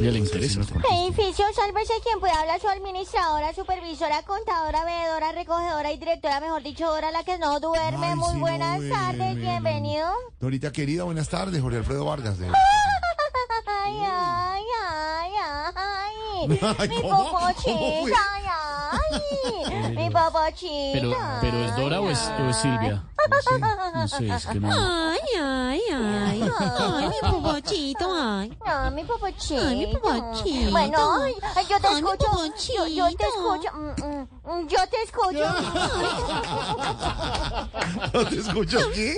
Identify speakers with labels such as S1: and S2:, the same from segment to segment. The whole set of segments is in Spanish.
S1: Ya le interesa.
S2: Este Edificio, sálvese quien pueda hablar, su administradora, supervisora, contadora, veedora, recogedora y directora, mejor dicho, hora la que no duerme.
S3: Ay,
S2: Muy
S3: sí, no
S2: buenas
S3: duerme,
S2: tardes,
S3: no.
S2: bienvenido.
S3: Dorita querida, buenas tardes, Jorge Alfredo Vargas. de-
S2: Ay, ay, ay, ay.
S3: Ay,
S2: Mi
S3: ¿cómo? Uy.
S2: popochita, ay, ay. Mi popochita.
S1: Pero, pero es Dora o es, o es Silvia? No sé, es que no.
S4: Ay, ay, ay. Ay, mi popochito, ay.
S2: No, mi popochito.
S4: Ay, mi popochito.
S2: Bueno, ay, ay, yo te
S4: Ay, mi
S2: escucho. Yo, yo te
S4: popochito.
S2: escucho. Mm, mm, mm, yo te escucho.
S3: ¿No te escucho aquí?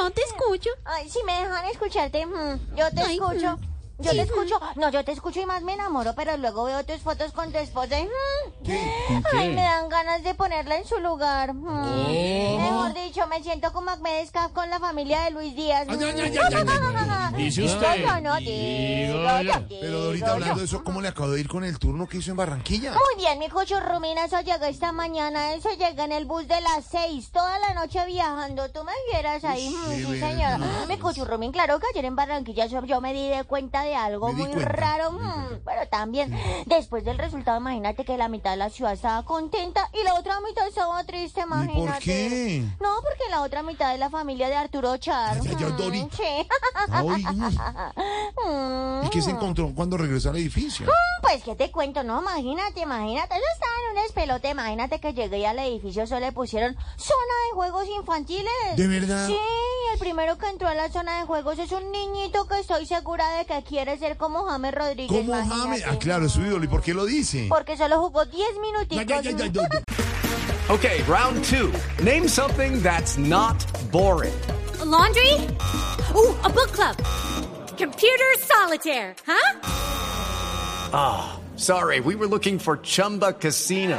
S4: Yo te escucho.
S2: Ay, si me dejan escucharte, mm, yo te
S4: Ay,
S2: escucho.
S4: mm,
S2: Yo
S4: sí.
S2: te escucho. No, yo te escucho y más me enamoro, pero luego veo tus fotos con tu esposa y... mm, Ay,
S1: ¿Qué?
S2: me dan ganas de ponerla en su lugar. mm.
S3: Oh.
S2: Mejor dicho, me siento como Ahmed Escaf con la familia de Luis Díaz.
S3: Ay,
S2: mm.
S3: ay, ay, ay, ay, ay,
S1: Dice
S2: Digo
S1: usted.
S2: yo, no,
S1: Digo
S2: digo
S1: yo.
S2: yo,
S3: Pero
S2: digo
S3: Dorita,
S2: yo.
S3: hablando de eso, ¿cómo le acabo de ir con el turno que hizo en Barranquilla?
S2: Muy bien, mi Rumina, eso llegó esta mañana, eso llega en el bus de las seis, toda la noche viajando, tú me vieras ahí, mm, sí,
S3: sí,
S2: señora.
S3: verdad.
S2: Mi Rumín, claro que ayer en Barranquilla yo, yo me di de cuenta de algo
S3: Me di
S2: muy
S3: cuenta.
S2: raro, mm, pero también después del resultado, imagínate que la mitad de la ciudad estaba contenta y la otra mitad estaba triste,
S3: por
S2: imagínate.
S3: qué?
S2: No, porque la otra mitad es la familia de Arturo Char.
S3: Ay, ay, ay,
S2: mm,
S3: Dorita.
S2: sí. Mm.
S3: Ay, ¿Y qué se encontró cuando regresó al edificio?
S2: Pues, ¿qué te cuento? No, imagínate, imagínate. Yo estaba en un espelote. Imagínate que llegué al edificio, solo le pusieron zona de juegos infantiles.
S3: ¿De verdad?
S2: Sí, el primero que entró a la zona de juegos es un niñito que estoy segura de que quiere ser como James Rodríguez.
S3: ¿Cómo
S2: imagínate.
S3: James? Ah, claro, es su ídolo. ¿Y por qué lo dice?
S2: Porque solo jugó 10
S3: Ay, ay, ay, ay,
S2: minutitos.
S3: Dorita.
S5: Okay, round two. Name something that's not boring.
S4: Laundry? Ooh, a book club. Computer solitaire, huh?
S5: Sorry, we were looking for Chumba Casino.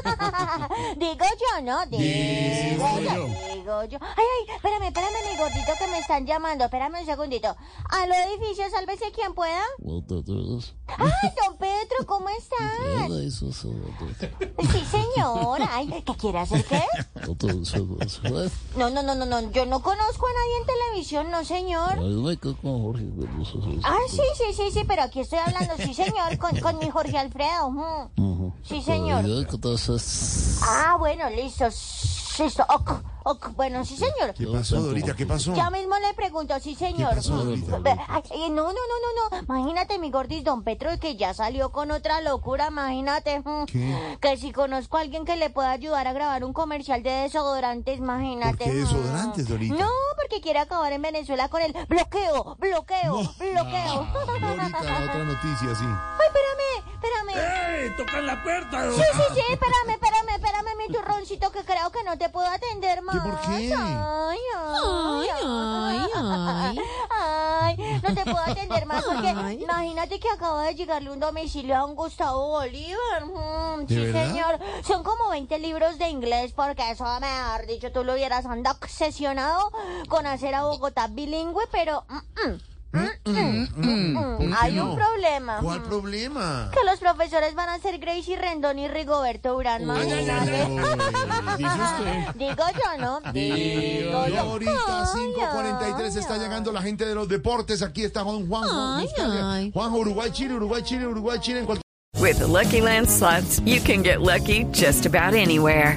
S2: Digo yo, ¿no? Digo yo. Digo yo. Ay, ay, espérame, espérame, mi gordito que me están llamando. Espérame un segundito. Al edificio, sálvese quien pueda. Ay, don Pedro, ¿cómo estás? Sí, señor. Ay, ¿qué quiere hacer qué? No, no, no, no, no. Yo no conozco a nadie en televisión, no, señor. Ah, sí, sí, sí, sí, pero aquí estoy hablando, sí, señor, con, con mi Jorge Alfredo. ujú. Sí, señor. Ah, bueno, listo. s- Listo. ok, ok, Bueno, sí, señor.
S3: ¿Qué pasó, Dorita? ¿Qué pasó?
S2: Ya mismo le pregunto, sí, señor.
S3: ¿Qué pasó, Lolita?
S2: Ve- ay, eh, no, no, no, no, no. Imagínate, mi gordis, don Petro, que ya salió con otra locura, imagínate. mm,
S3: ¿Qué?
S2: Que si conozco a alguien que le pueda ayudar a grabar un comercial de desodorantes, imagínate.
S3: ¿Por qué
S2: mm.
S3: desodorantes, Dorita?
S2: No, porque quiere acabar en Venezuela con el bloqueo, bloqueo, bloqueo.
S3: Dorita, otra noticia, sí.
S2: Ay, espérame, espérame.
S1: ¡Tocan la puerta!
S2: Sí, sí, sí, espérame, espérame, espérame, mi turroncito, que creo que no te puedo atender más.
S3: ¿Qué, por qué?
S2: Ay, ay,
S4: Ay, ay, ay.
S2: Ay, no te puedo atender más porque
S4: Ay.
S2: imagínate que acaba de llegarle un domicilio a un Gustavo Bolívar. Mm,
S3: ¿De
S2: sí,
S3: verdad?
S2: señor. Son como 20 libros de inglés porque eso, mejor dicho, tú lo hubieras andado obsesionado con hacer a Bogotá bilingüe, pero... mm, mm, mm,
S3: ¿Por qué
S2: hay
S3: no?
S2: un problema.
S3: ¿Cuál
S2: Mm.
S3: problema?
S2: Que los profesores van a ser Gracie Rendón y Rigoberto Urán.
S3: Ay,
S2: imagínate.
S1: Dice usted.
S2: Digo yo, ¿no? Digo yo.
S3: Dorita,
S2: Ay,
S3: 543 está llegando la gente de los deportes. Aquí está Juan Juanjo.
S4: Ay,
S3: Buscalia.
S4: ay.
S3: Juanjo, Uruguay, Chile, Uruguay, Chile, Uruguay, Chile. En cualquier...
S6: With the Lucky Land slots, you can get lucky just about anywhere.